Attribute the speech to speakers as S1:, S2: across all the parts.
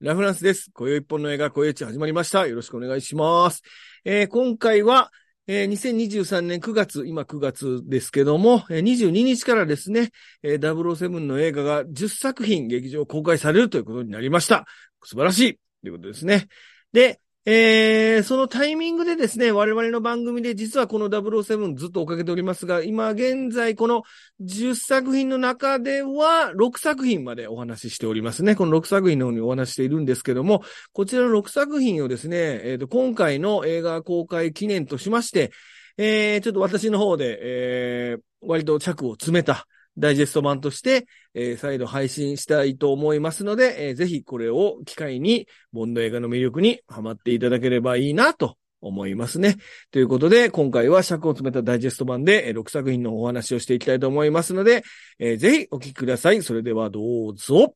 S1: ラフランスです。今宵一本の映画、今宵一始まりました。よろしくお願いします。えー今回は、えー2023年9月、今9月ですけども、えー22日からですね、えー007の映画が10作品劇場公開されるということになりました。素晴らしいということですね。で、えーそのタイミングでですね、我々の番組で実はこの007ずっと追っかけておりますが、今現在この10作品の中では、6作品までお話ししておりますね。この6作品の方にお話ししているんですけども、こちらの6作品をですね、えーと今回の映画公開記念としまして、えーちょっと私の方で、えー割と着を詰めたダイジェスト版として、えー再度配信したいと思いますので、えーぜひこれを機会に、ボンド映画の魅力にハマっていただければいいなと思いますね。ということで、今回は尺を詰めたダイジェスト版で6作品のお話をしていきたいと思いますので、えーぜひお聞きください。それではどうぞ。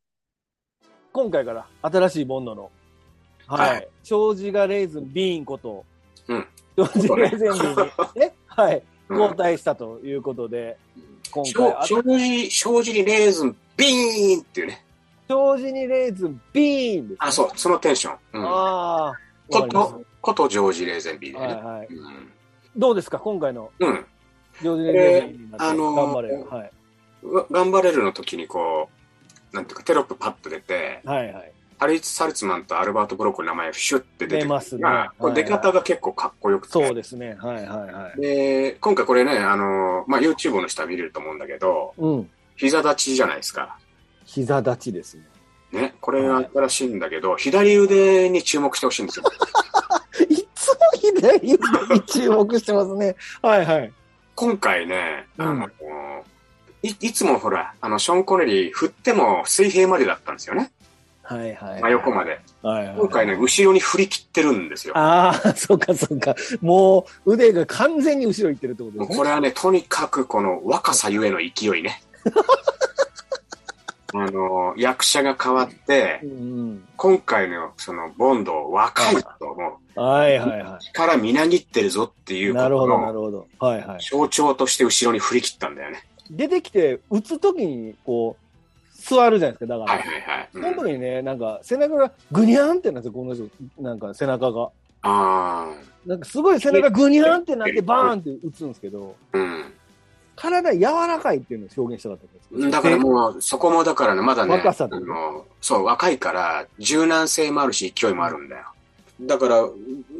S1: 今回から新しいボンドの、はい、
S2: はい
S1: 長寿がレイズン・ビーンこと、
S2: うん
S1: 長寿がレイズン・ビーンに、ね、はい、
S2: うん
S1: 交代したということで、今回
S2: 障
S1: あ、
S2: 障子、障子にレーズン、ビーンっていうね。
S1: 長寿にレイズン・ビーンです、ね。
S2: あ、そう、そのテンション。うん、
S1: ああ、
S2: こ
S1: わかりまし
S2: と、ことジョージ・レーゼンビー
S1: た
S2: でね。
S1: はいはい。
S2: うん
S1: どうですか、今回の
S2: うん。
S1: 上手にレイズン・ビーンになって、
S2: えーあのー
S1: 頑張れよ。はい。
S2: が頑張れるの時にこう、なんていうかテロップパッと出て、
S1: はいはい。
S2: ハリー・サルツマンとアルバート・ブロックの名前がシュッて出てくる
S1: 出ますね
S2: まあこれ
S1: はい
S2: 出方が結構かっこよくて。
S1: そうですね。はいはいはい。
S2: で今回これね、あの、まあ、YouTube の人は見れると思うんだけど、
S1: うん。
S2: 膝立ちじゃないですか。
S1: 膝立ち ですね。
S2: ね、これが新しいんだけど、左腕に注目してほしいんですよ。
S1: いつも左腕に注目してますね。 はいはい。
S2: 今回ね、
S1: うん
S2: あの、いいつもほら、あの、ショーン・コネリー振っても水平までだったんですよね。
S1: はいはい。
S2: 真横まで。
S1: はいはい。
S2: 今回ね、後ろに振り切ってるんですよ。
S1: ああ、そうかそうか。もう腕が完全に後ろ行ってるってこと
S2: もう
S1: です
S2: こ
S1: ね。
S2: れはね、とにかくこの若さゆえの勢 いね。あの、役者が変わって
S1: う、ん
S2: 今回のその、ボンドを若いと思
S1: うん。はいはいは
S2: う、からみなぎってるぞってい
S1: い。
S2: う
S1: な
S2: こ
S1: るほ
S2: と
S1: どなる
S2: の
S1: ほど。はいはい。
S2: 象徴として後ろに振り切ったんだよね。
S1: 出てきて打つときにこう座るじゃないですか。だか
S2: はい
S1: ら。
S2: はいはい。
S1: そ
S2: うん
S1: の時にね、なんか背中がぐにゃんってなって、この人、なんか背中が。
S2: あ
S1: なんかすごい背中ぐにゃんってなって、バーンって打つんですけど、
S2: あ、うん。
S1: 体柔らかいっていうのを表現したかったんですけど
S2: だからもう、そこもだからね、まだね、
S1: 若さと
S2: あ
S1: いう
S2: のそう、若いから、柔軟性もあるし、勢いもあるんだよ。だから、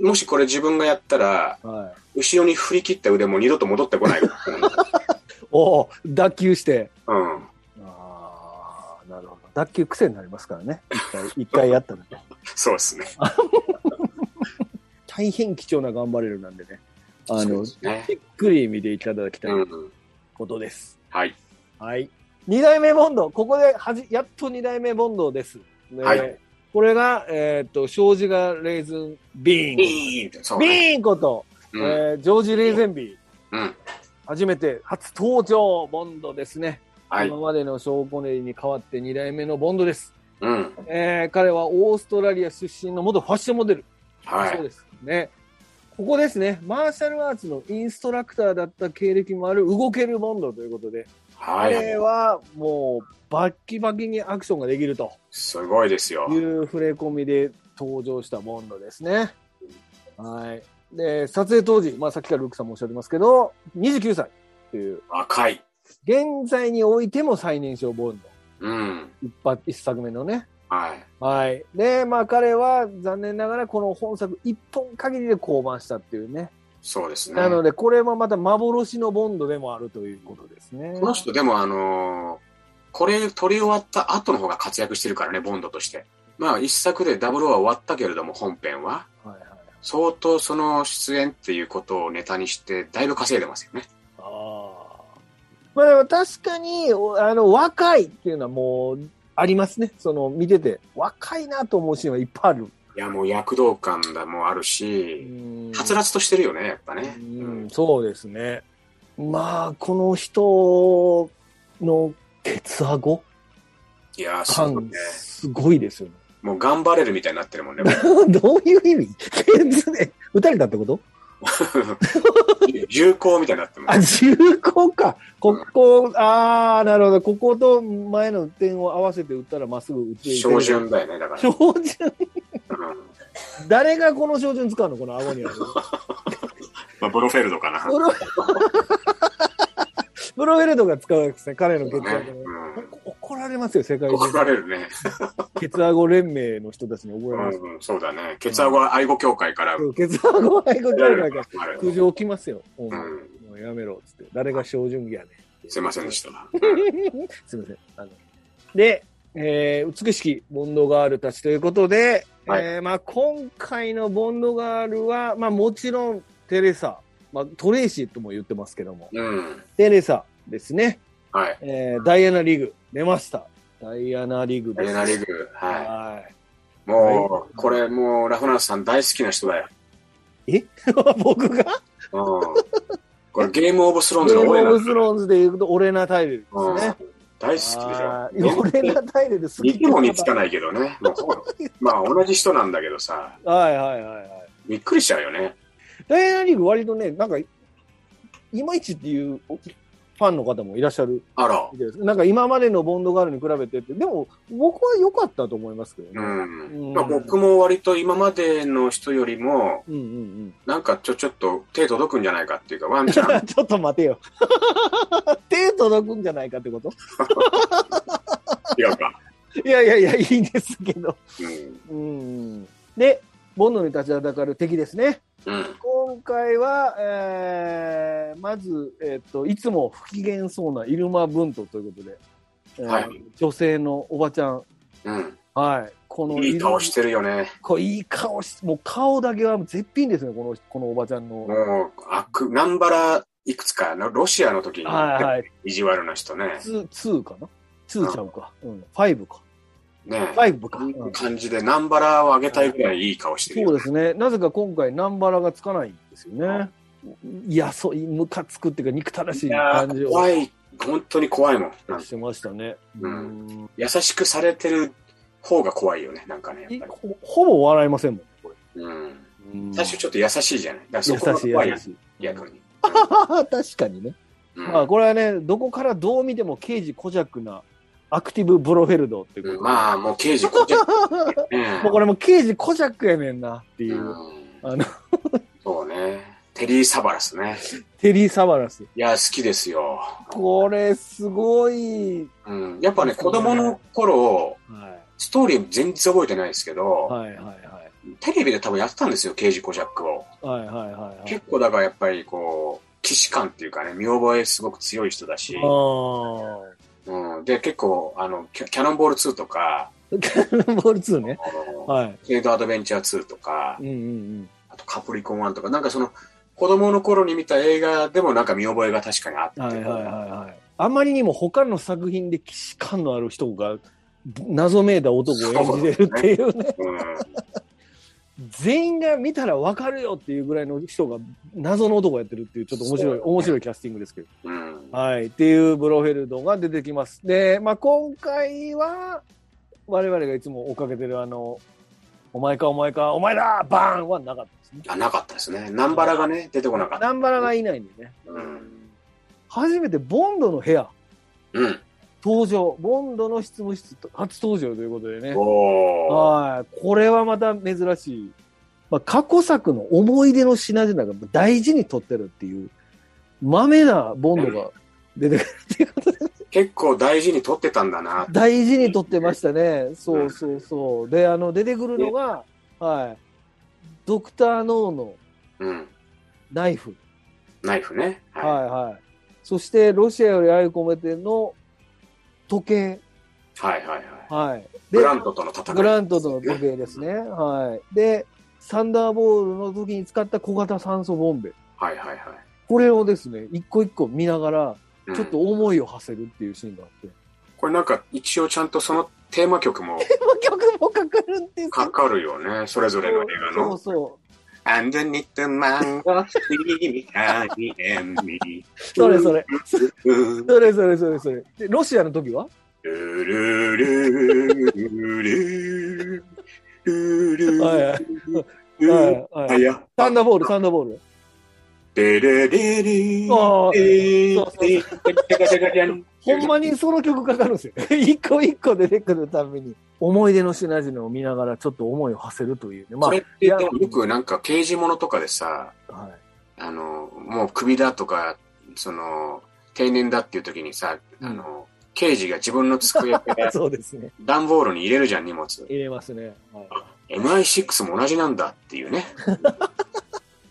S2: もしこれ自分がやったら、
S1: はい。
S2: 後ろに振り切った腕も二度と戻ってこない。 う
S1: おお、脱臼して。
S2: ん。
S1: ああ、なるほど。脱臼癖になりますからね。一回、一回やったら。
S2: そうですね。
S1: 大変貴重な頑張れるなんでね。あ
S2: そう
S1: の、
S2: ですね
S1: じっくり見ていただきたい
S2: うん。
S1: ことです。
S2: はい。
S1: はい。二代目ボンド、ここではじ、やっと二代目ボンドです。ね
S2: はい
S1: これが、えーっと、障子がレーズン、ビーン。
S2: ビーンって、そう
S1: ビ
S2: ね。
S1: ーンこと、
S2: うん
S1: えージョージ・レーゼンビー。
S2: うん。
S1: 初めて、初登場、ボンドですね。
S2: はい
S1: 今。までのショーン・コネリーに代わって二代目のボンドです。
S2: うん。
S1: えー彼はオーストラリア出身の元ファッションモデル。
S2: は
S1: そう
S2: い。
S1: です。ね。ここですね。マーシャルアーツのインストラクターだった経歴もある動けるボンドということで、
S2: は
S1: 彼
S2: い。
S1: はもうバッキバキにアクションができると
S2: すごいですよ
S1: い。う触れ込みで登場したボンドですね。はい。で、撮影当時、まあさっきからルークさんもおっしゃってますけど、29歳という、
S2: 若い。
S1: 現在においても最年少ボンド。
S2: うん。
S1: 一発、一作目のね。
S2: はい。
S1: はい。で、まあ彼は残念ながらこの本作一本限りで降板したっていうね。
S2: そうですね。
S1: なの
S2: こ
S1: で、これもまた幻のボンドでもあるということですね。
S2: の人、でもあのーこれ撮り終わった後の方が活躍してるからね、ボンドとして。まあ、一作でダブルは終わったけれども、本編は。
S1: はいはい。
S2: 相当その出演っていうことをネタにして、だいぶ稼いでますよね。
S1: ああ。まあでも確かに、おあの、若いっていうのはもう、ありますね。その、見てて、若いなと思うシーンはいっぱいある。
S2: いや、もう躍動感だもあるし、
S1: ん
S2: はつらつとしてるよね、やっぱね。
S1: うん、そうですね。まあ、この人のケツアゴ
S2: いや、そう
S1: 感
S2: ね、。
S1: すごいですよね。
S2: もう頑張れるみたいになってるもんね。もう
S1: どういう意味ケツで打たれたってこと
S2: 重工みたいになってま
S1: あ、
S2: す。
S1: 重工か。ここ、ああ、なるほど。ここと前の点を合わせて打ったらまっすぐ打っていける
S2: 照。準だよね、だから。
S1: 照準。
S2: うん
S1: 誰がこの照準使うのこの顎にある。
S2: まあ、ブロフェルドかな。
S1: ブロ ブロフェルドが使うわけですね。彼の血
S2: ね
S1: 圧の。
S2: う
S1: 怒られますよ、世界
S2: ん、怒ら
S1: 中。
S2: れるね。
S1: 血圧連盟の人たちに怒られます。
S2: うん、そうだね。ケツアゴは愛護協会から。
S1: そう血圧愛護協会から
S2: ある
S1: 苦情来ますよ。もう
S2: うん、
S1: もうやめろ、つって。誰が照準儀やねん。
S2: すいませんでした。
S1: すみません。 あので、えー美しきボンドガールたちということで、
S2: はい
S1: えーまあ、今回のボンドガールは、まあ、もちろんテレサ、まあ、トレーシーとも言ってますけども、
S2: うん。
S1: テレサですね、
S2: はい。
S1: えーダイアナ・リグ、出ました。ダイアナ・リグ
S2: ダ
S1: です。
S2: イアナリグ。は。
S1: はい
S2: もう、これ、もう、ラフナースさん大好きな人だよ。
S1: い。 僕が
S2: うん。これ、ゲームオブスローン
S1: ゲ
S2: ズの
S1: ーム
S2: 俺
S1: オ
S2: な
S1: ブ
S2: ん
S1: ス
S2: だよ
S1: ローンズで言うと、オレナ・タイレルで
S2: うん。
S1: すね。
S2: 大好きでしょ。
S1: はいオレナ・タイレル好き。
S2: 似ても似つか
S1: い。
S2: ないけ どね。もうほらまあ、同じ人なんだけどさ、
S1: はいはいはいはい。
S2: びっくりしちゃうよね。
S1: ダイアナリーグ割とね、なんか、いまいちっていうファンの方もいらっしゃる
S2: あら。
S1: みたいです。なんか今までのボンドガールに比べてって、でも僕は良かったと思いますけど
S2: う
S1: ね。
S2: ん。まあ、僕も割と今までの人よりも、
S1: うん、うん、うん
S2: なんかちょ、ちょっと手届くんじゃないかっていうか、ワンちゃん
S1: うん ちょっと待てよ。手届くんじゃないかってこと
S2: 違うか。
S1: いやいやいや、いいんですけど。
S2: う
S1: う
S2: ん。
S1: ん。で、ボンドに立ちはだかる敵ですね。
S2: うん。
S1: 今回は、えーまず、えっと、いつも不機嫌そうなイルマ・ブントということで、えー
S2: はい
S1: 女性のおばちゃん。
S2: うん。
S1: はい。この
S2: いい顔してるよね。
S1: こういい顔し、もう顔だけは絶品ですね、この、このおばちゃんの。
S2: もう、あく、ナンバラいくつか、のロシアの時に、
S1: はいはい。
S2: 意地悪な人ね。
S1: ツー、ツーかなツーちゃうか。うん。ファイブか。
S2: ね
S1: ファイブか。うん
S2: 感じで、ナンバラを上げたいぐらいいい顔してる
S1: そう
S2: よ。
S1: ですね。なぜか今回、ナンバラがつかないんですよね。いや、そう、ムカつくっていうか、憎たらしい
S2: いや
S1: 感じ
S2: ー
S1: を
S2: 怖い。本当に怖いもん。なんか
S1: してましたね。う
S2: う
S1: ん
S2: 優しくされてる方が怖いよね。なんかね、やっ
S1: い
S2: ぱり。
S1: ほほぼ笑いませんもん、これ。
S2: うん。
S1: うん
S2: 最初ちょっと優しいじゃない。だからそ
S1: 優
S2: こが
S1: しい
S2: 怖いよ
S1: 優しい。
S2: 逆に。
S1: 確かにね。
S2: うん
S1: まあ、これはね、どこからどう見ても刑事コジャクなアクティブブロフェルドっていう
S2: うん
S1: こと。
S2: まあ、もう刑事 こっちゃ。ね
S1: もうこれも刑事コジャクやねんなっていうう。
S2: ん
S1: あの、
S2: そうね。テリー・サバラスね。
S1: テリー・サバラス。
S2: いや、好きですよ。
S1: これ、すごい。
S2: うん。やっぱね、子供の頃、
S1: は
S2: ストーリー全然覚えてないですけ
S1: い。
S2: ど、
S1: はいはいはい。
S2: テレビで多分やってたんですよ、刑事コジャックを。
S1: はいはいはい、はい
S2: 結。構だからやっぱりこう、騎士感っていうかね、見覚えすごく強い人だし、
S1: あ
S2: うん、で、結構、あの、キャキャノンボール2とか、
S1: あ。キャノン ボール2ね。
S2: あの
S1: はい。
S2: ケイドアドベンチャー2とか
S1: う、んうん
S2: あとカプリコン1とか、なんかその、子供の頃に見た映画でもなんか見覚えが確かにあっ
S1: う
S2: て、
S1: ん。はいはいはいはい。あまりにも他の作品で既視感のある人が謎めいた男を演じてるっていうね。
S2: うん、
S1: 全員が見たらわかるよっていうぐらいの人が謎の男やってるっていうちょっと面白い、
S2: そう
S1: 面白いキャスティングですけど。
S2: うん、
S1: はい。っていうブロフェルドが出てきます。で、まあ、今回は、我々がいつも追っかけてるあの、お前かお前か、お前だバーンはなかったですね。
S2: あ、なかったですね。ナンバラがね、出てこなかった。
S1: 南原がいないんでね。
S2: うん。
S1: 初めてボンドの部屋、
S2: うん。
S1: 登場。ボンドの執務室と、初登場ということでね。
S2: おー。
S1: はい。これはまた珍しい。まあ、過去作の思い出の品々が大事に取ってるっていう、豆なボンドが出 てくるっていうことで
S2: 結構大事に撮ってたんだな。
S1: 大事に撮ってましたね。そうそうそう。で、あの、出てくるのが、はい。ドクターノーの
S2: うん。
S1: ナイフ。
S2: ナイフね。
S1: はい
S2: は
S1: はい。そして、ロシアより愛を込めての時計。
S2: い。はいはいはい。
S1: はい。で、
S2: グラントとの戦い。
S1: グラントとの時計ですね。はい。で、サンダーボールの時に使った小型酸素ボンベ。
S2: はいはいはい。
S1: これをですね、一個一個見ながら、
S2: うん
S1: ちょっと思いを馳せるっていうシーンがあって。
S2: これなんか一応ちゃんとそのテーマ曲も
S1: 曲もかかるんです
S2: かかるよね。それぞれの映画
S1: そ
S2: の
S1: う。そう。
S2: Underneath the mango tree behind me.
S1: それそれ。
S2: ル
S1: それそれそれそれ。で、ロシアの時は
S2: ルルルルルルル
S1: はいはいはいはい。
S2: や。
S1: サンダーボール、サンダーボール。
S2: デレレリ
S1: あー
S2: デ
S1: そうそう
S2: レレガチャガチャン
S1: ほんまにその曲かかるんですよ。一個一個出てくるたびに、思い出の品々を見ながら、ちょっと思いを馳せるというね。ま
S2: そ
S1: あ
S2: れってでもよくなんか刑事物とかでさ、
S1: はい、
S2: あの、もう首だとか、その、定年だっていう時にさ、あの、刑事が自分の机か ら
S1: そうですね。
S2: 段ボールに入れるじゃん、荷物。
S1: 入れますね。はい、
S2: MI6 も同じなんだっていうね。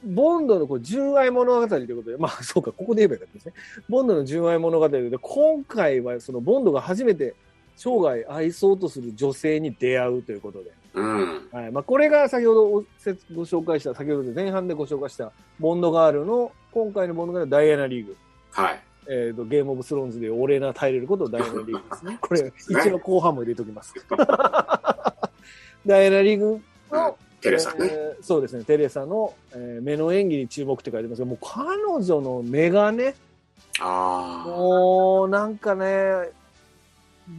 S1: ボンドのこう純愛物語ということで、まあ そうか、ここで言えばよかったですね。ボンドの純愛物語で、今回はそのボンドが初めて生涯愛そうとする女性に出会うということで、
S2: うん。
S1: はいまあ、これが先ほどおせご紹介した、先ほど前半でご紹介したボンドガールの、今回のボンドガールはダイアナ・リーグ。
S2: はい。
S1: えー、とゲームオブスローンズで俺な耐えれることをダイアナリーグですね。これ、一応後半も入れときます。 ダイアナリーグの、
S2: テレサね。
S1: えーそうですね、テレサの、えー目の演技に注目って書いてますけど、もう彼女の目がね、
S2: あ
S1: もうなんかね、
S2: あ。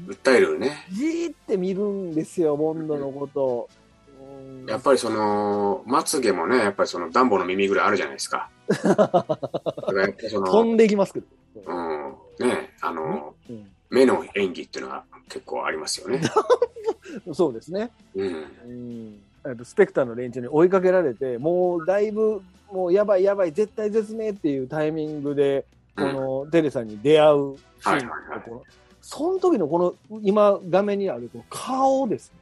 S2: 訴えるね。
S1: じーって見るんですよ、ボンドのこと。うん
S2: やっぱりその、まつげもね、やっぱりその、ダンボの耳ぐらいあるじゃないで すか。だからやっぱりそ
S1: 飛
S2: の、
S1: んでいきますけど。
S2: うん、ね、あの、
S1: う
S2: 目の演技っていうのは結構あります よね。
S1: ん、そうですね。
S2: うん。
S1: うんえっとスペクターの連中に追いかけられて、もうだいぶ、もうやばいやばい、絶対絶命っていうタイミングで、このテレさんに出会うシーン、
S2: はいはいはい
S1: このその時のこの、今画面にあるこの顔です。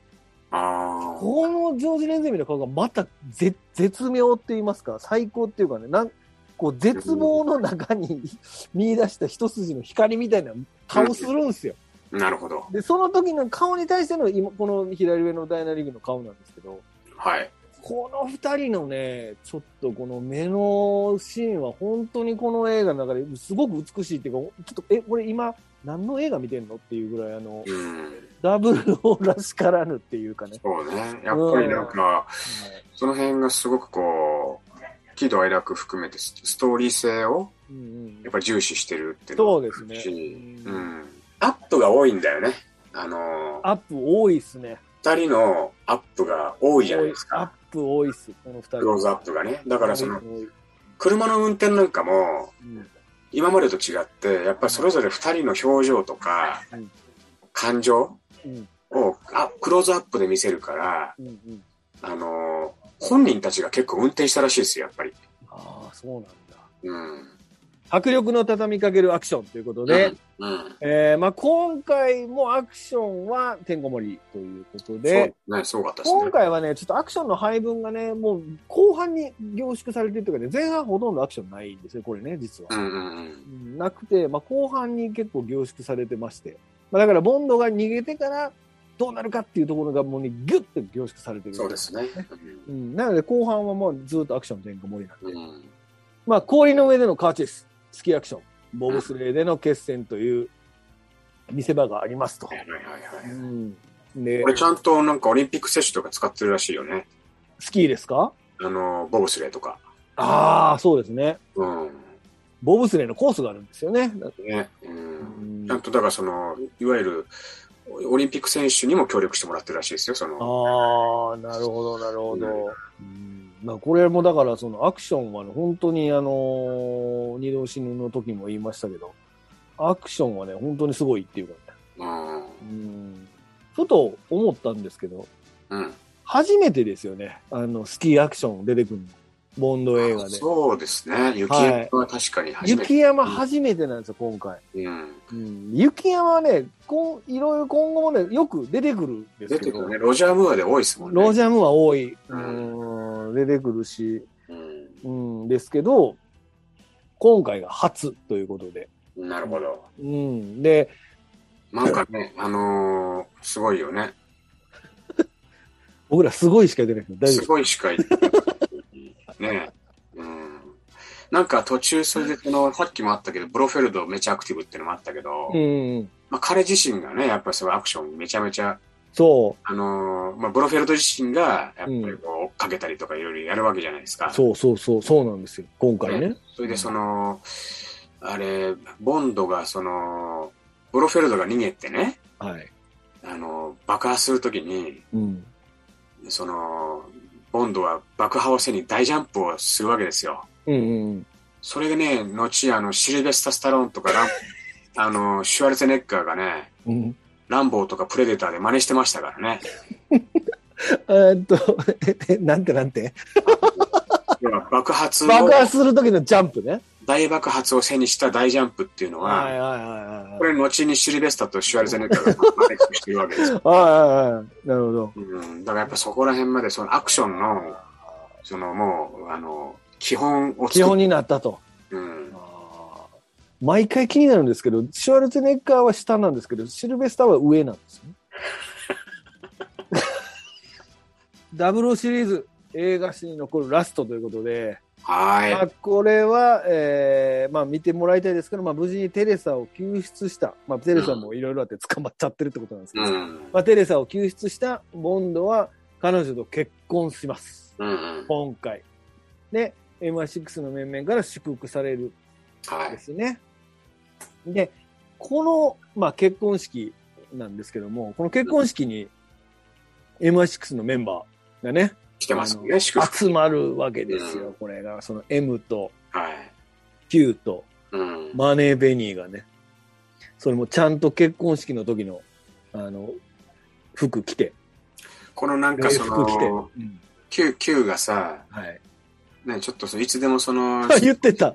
S2: ああ。
S1: このジョージ・レンゼミの顔がまた絶絶妙って言いますか、最高っていうかね、なんこう絶望の中に 見出した一筋の光みたいな顔するんですよ。
S2: なるほど。
S1: で、その時の顔に対しての今、この左上のダイナリングの顔なんですけど、
S2: はい。
S1: この二人のね、ちょっとこの目のシーンは本当にこの映画の中ですごく美しいっていうか、ちょっと、え、これ今何の映画見てんのっていうぐらいあの、
S2: うん。
S1: ダブルオらしからぬっていうかね。
S2: そうね。やっぱりなんか、その辺がすごくこう、喜怒哀楽含めてスストーリー性を
S1: うんうん
S2: やっぱり重視してるっていうの
S1: そ
S2: も
S1: うですね
S2: し、
S1: う
S2: うんん。アップが多いんだよね。あの、
S1: アップ多いっすね。
S2: 二人のアップが多いじゃないです
S1: アッ
S2: か。
S1: プ多いっす、この二人。
S2: クローズアップがね。だからその
S1: 多、い多い
S2: 車の運転なんかも、
S1: うん
S2: 今までと違って、やっぱりそれぞれ二人の表情とか
S1: うん、
S2: 感情
S1: うん
S2: を、あ、クローズアップで見せるから、
S1: うんうん。
S2: あの、本人たちが結構運転したらしいですよ、やっぱり。
S1: ああ、そうなんだ。
S2: うん。
S1: 迫力の畳みかけるアクションということで、
S2: うん、うん。
S1: えーまあ、今回もアクションはてんこ盛りということで、
S2: そうね、すごかったですね。
S1: 今回はね、ちょっとアクションの配分がね、もう後半に凝縮されてるというかね、前半ほとんどアクションないんですよ、これね、実は
S2: う。んうんうん。
S1: うんなくて、まあ、後半に結構凝縮されてまして、まあ、だからボンドが逃げてからどうなるかっていうところがもうね、ギュッて凝縮されてる。
S2: そうで。すね。
S1: うん、なので後半はもうずっとアクションてんこ盛りなんで
S2: うん。うん
S1: まあ、氷の上でのカーチェイス、スキーアクション、ボブスレーでの決戦という見せ場がありますと
S2: は。いはいはいはい。
S1: うん、で
S2: これちゃんとなんかオリンピック選手とか使ってるらしいよね。
S1: スキーですか
S2: あの、ボブスレーとか。
S1: ああ、そうですね。
S2: うん。
S1: ボブスレーのコースがあるんですよね。
S2: ね。う
S1: うん
S2: ん。ちゃんとだからその、いわゆる、オリンピック選手にも協力してもらってるらしいですよ、その。
S1: ああ、なるほど、なるほど。うんまあ、これもだから、そのアクションはね、本当にあのー二度死ぬの時も言いましたけど、アクションはね、本当にすごいっていうかね。
S2: うん。
S1: うん、ふと思ったんですけど、
S2: うん。
S1: 初めてですよね。あの、スキーアクション出てくるの。ボンド映画で。
S2: そうですね。雪山は確かに初めて。
S1: 雪山初めてなんですよ、今回。
S2: うん。
S1: うん、雪山はね、こんいろいろ今後もね、よく出てくるんです
S2: 出
S1: け
S2: て
S1: ど
S2: く、るね。ロジャームーアで多いですもんね。
S1: ロジャムは多い。う、
S2: うん
S1: 出てくるし、
S2: うん。
S1: うん、ですけど、今回が初ということで。
S2: なるほど。
S1: うん、で、
S2: なんかね、あのーすごいよね。
S1: 僕らすごいしか出ないけど、大丈夫
S2: す
S1: です
S2: ごい司会。 ねえ。うん。なんか途中、それで、その、さっきもあったけど、ブロフェルドめちゃアクティブっていうのもあったけど、
S1: うんうん、
S2: まあ、彼自身がね、やっぱりそのアクションめちゃめちゃ、
S1: そ
S2: あのーまあ、ブロフェルド自身が、やっぱりこう、追っかけたりとかいろいろやるわけじゃないですか。
S1: う、そうそうそう、そうなんですよ、今回ね。
S2: それでその、あれ、ボンドがその、ブロフェルドが逃げてね、
S1: はい。
S2: あの、爆破するときに、
S1: うん。
S2: その、ボンドは爆破をせに大ジャンプをするわけですよ。
S1: うんうんうん。
S2: それがね、後、あの、シルベスタ・スタローンとかラン、 あの、シュワルツェネッガーがね、
S1: うん。
S2: ランボーとかプレデターで真似してましたからね。
S1: えーっと、 えなんてなんて。
S2: 要は爆発を、
S1: 爆発する時のジャンプね。
S2: 大爆発を背にした大ジャンプっていうのは、
S1: はいはいはいはい
S2: こ。れ後にシルベスタとシュワルツェネッガーがマネしてるわけです よ。
S1: はいはいはい。なるほど。
S2: うん、だからやっぱそこら辺までそのアクションの、そのもう、あの、基本を作っ
S1: 基本になったと。
S2: うん。
S1: 毎回気になるんですけど、シュワルツェネッガーは下なんですけど、シルベスターは上なんですね。 ダブルシリーズ映画史に残るラストということで、ま
S2: は
S1: あ、これは、えーまあ、見てもらいたいですけど、まあ、無事にテレサを救出した、まあ、テレサもいろいろあって捕まっちゃってるってことなんです
S2: い。
S1: け
S2: う
S1: ど、
S2: ん。
S1: まあ、テレサを救出したボンドは彼女と結婚します。
S2: うんうん。
S1: 今回。で、MI6 の面々から祝福される
S2: は
S1: で
S2: い。
S1: すね。で、この、まあ、結婚式なんですけども、この結婚式に MI6 のメンバーがね、
S2: 来てます
S1: あの
S2: ね、祝福。
S1: 集まるわけです
S2: う
S1: よ。これが、その M と
S2: はい。
S1: Q と
S2: うん。
S1: マネーベニーがね、それもちゃんと結婚式の時の、あの、服着て、
S2: このなん
S1: 礼
S2: かそ
S1: 服着て、
S2: の、
S1: うん、
S2: Q、Q がさ、
S1: はい。
S2: ね、ちょっとそういつでもその、
S1: 言ってた。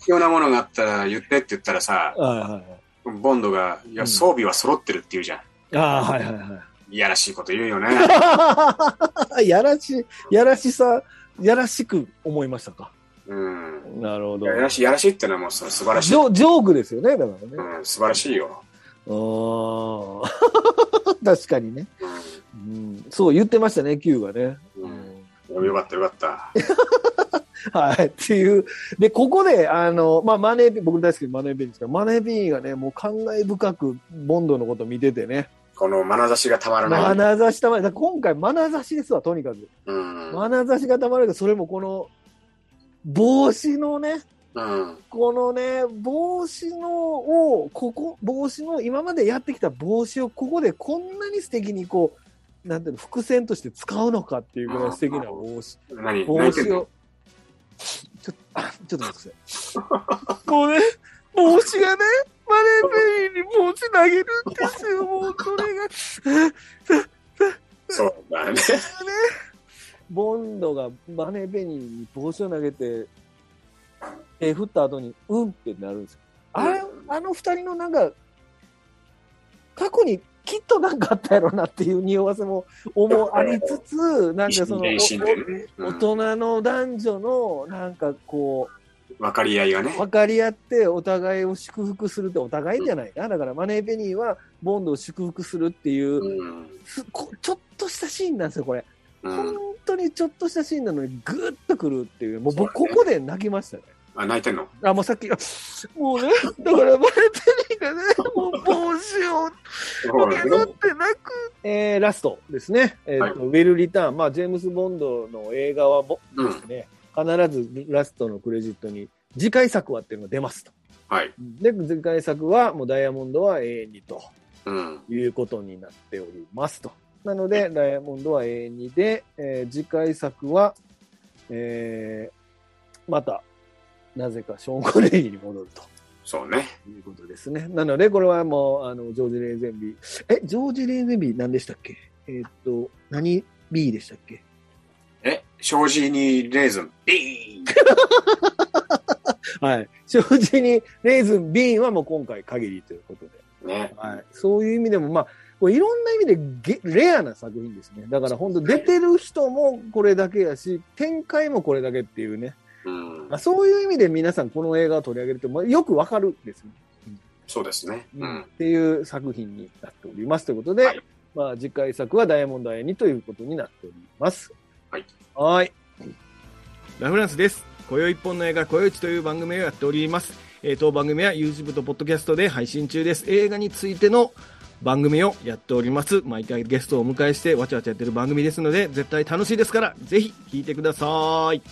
S2: 必要なものがあったら言ってって言ったらさ、
S1: はいはいはい。
S2: ボンドが、い
S1: うん
S2: や、装備は揃ってるって言うじゃん。
S1: ああ、はいはいはい。
S2: いやらしいこと言うよね。
S1: やらし、やらしさ、やらしく思いましたか。
S2: うん。
S1: なるほ
S2: い
S1: ど。
S2: ややらしい、やらしいってのはもうその素晴らし
S1: ジ
S2: い。
S1: ョジョークですよね、だからね。
S2: うん、素晴らしいよ。
S1: ああ、 確かにね、う
S2: う
S1: ん。そう言ってましたね、Q がね。
S2: ん。うん、よかった、よかっ
S1: はい、っていう。で、ここで、あの、まあ、マネービー、僕大好きなマネービーですけど、マネービーがね、もう感慨深く、ボンドのこと見ててね、
S2: た。この眼差しがたまらない。
S1: 眼差したまで、だから今回、眼差しですわ、とにかく。
S2: うん。
S1: 眼差しがたまらないそれもこの、帽子のね、
S2: うん。
S1: このね、帽子のを、ここ、帽子の、今までやってきた帽子をここでこんなに素敵にこう、なんていうの、伏線として使うのかっていうぐらい素敵な帽子。
S2: 何
S1: 帽
S2: 何言ってん
S1: 子
S2: の
S1: を。ちょっと、あ、ちょっと待ってください。もうね、帽子がね、マネーペリーに帽子投げるんですよ。もうそれが、
S2: そうだね。
S1: ボンドがマネーベニーに帽子を投げて、手振った後に、うんってなるんですよ。あれ、あの二人のなんか、過去にきっとなんかあったやろなっていう匂わせも思うありつつ、なんかその、
S2: 一心でね。
S1: お大
S2: うん
S1: 人の男女のなんかこ
S2: 分かり合いがね
S1: う、。分かり合ってお互いを祝福するってお互いじゃないな。だからマネーベニーはボンドを祝福するっていう、
S2: うん。
S1: すこちょっとしたシーンなんですよ、これ。
S2: うん
S1: 本。当にちょっとしたシーンなのにグーッとくるっていう、もう僕、
S2: そう
S1: こ
S2: だね
S1: こで泣きましたね。
S2: あ、泣いてんの
S1: あ、もうさっき、あもうね、だからバレテリーがね、もう帽子を
S2: そうだね
S1: ってなく。えー、ラストですね。えーとウェルリターン。まあ、ジェームズ・ボンドの映画はぼ、
S2: うん。
S1: ね、必ずラストのクレジットに、次回作はっていうのが出ますと。
S2: はい。
S1: で、次回作は、もうダイヤモンドは永遠にと。
S2: うん。
S1: いうことになっておりますと。なので、ダイヤモンドは永遠にで、えー次回作は、えーまた、なぜかショーン・コネリーに戻ると
S2: そうね。
S1: いうことですね。なので、これはもう、あの、ジョージ・レーゼンビー。え、ジョージ・レーゼンビー何でしたっけえーっと、何 B でしたっけ
S2: え、正直にレーズン、ビーン
S1: はい。正直に、レーズン B はもう今回限りということで。
S2: ね。
S1: はい、そういう意味でも、まあ、これいろんな意味でゲレアな作品ですね。だから本当出てる人もこれだけやし、展開もこれだけっていうね。
S2: うん
S1: まあ、。そういう意味で皆さんこの映画を取り上げると、まあ、よくわかるんですよ、ね
S2: そうですね。う
S1: うん。っ
S2: ん。
S1: ていう作品になっておりますということで、
S2: はい
S1: まあ次回作はダイヤモンド A2 ということになっております。
S2: はい。
S1: はーい。ラフランスです。今宵一本の映画、今宵一という番組をやっております。えー当番組は YouTube と Podcast で配信中です。映画についての番組をやっております。毎回ゲストをお迎えしてわちゃわちゃやってる番組ですので、絶対楽しいですから、ぜひ聞いてください。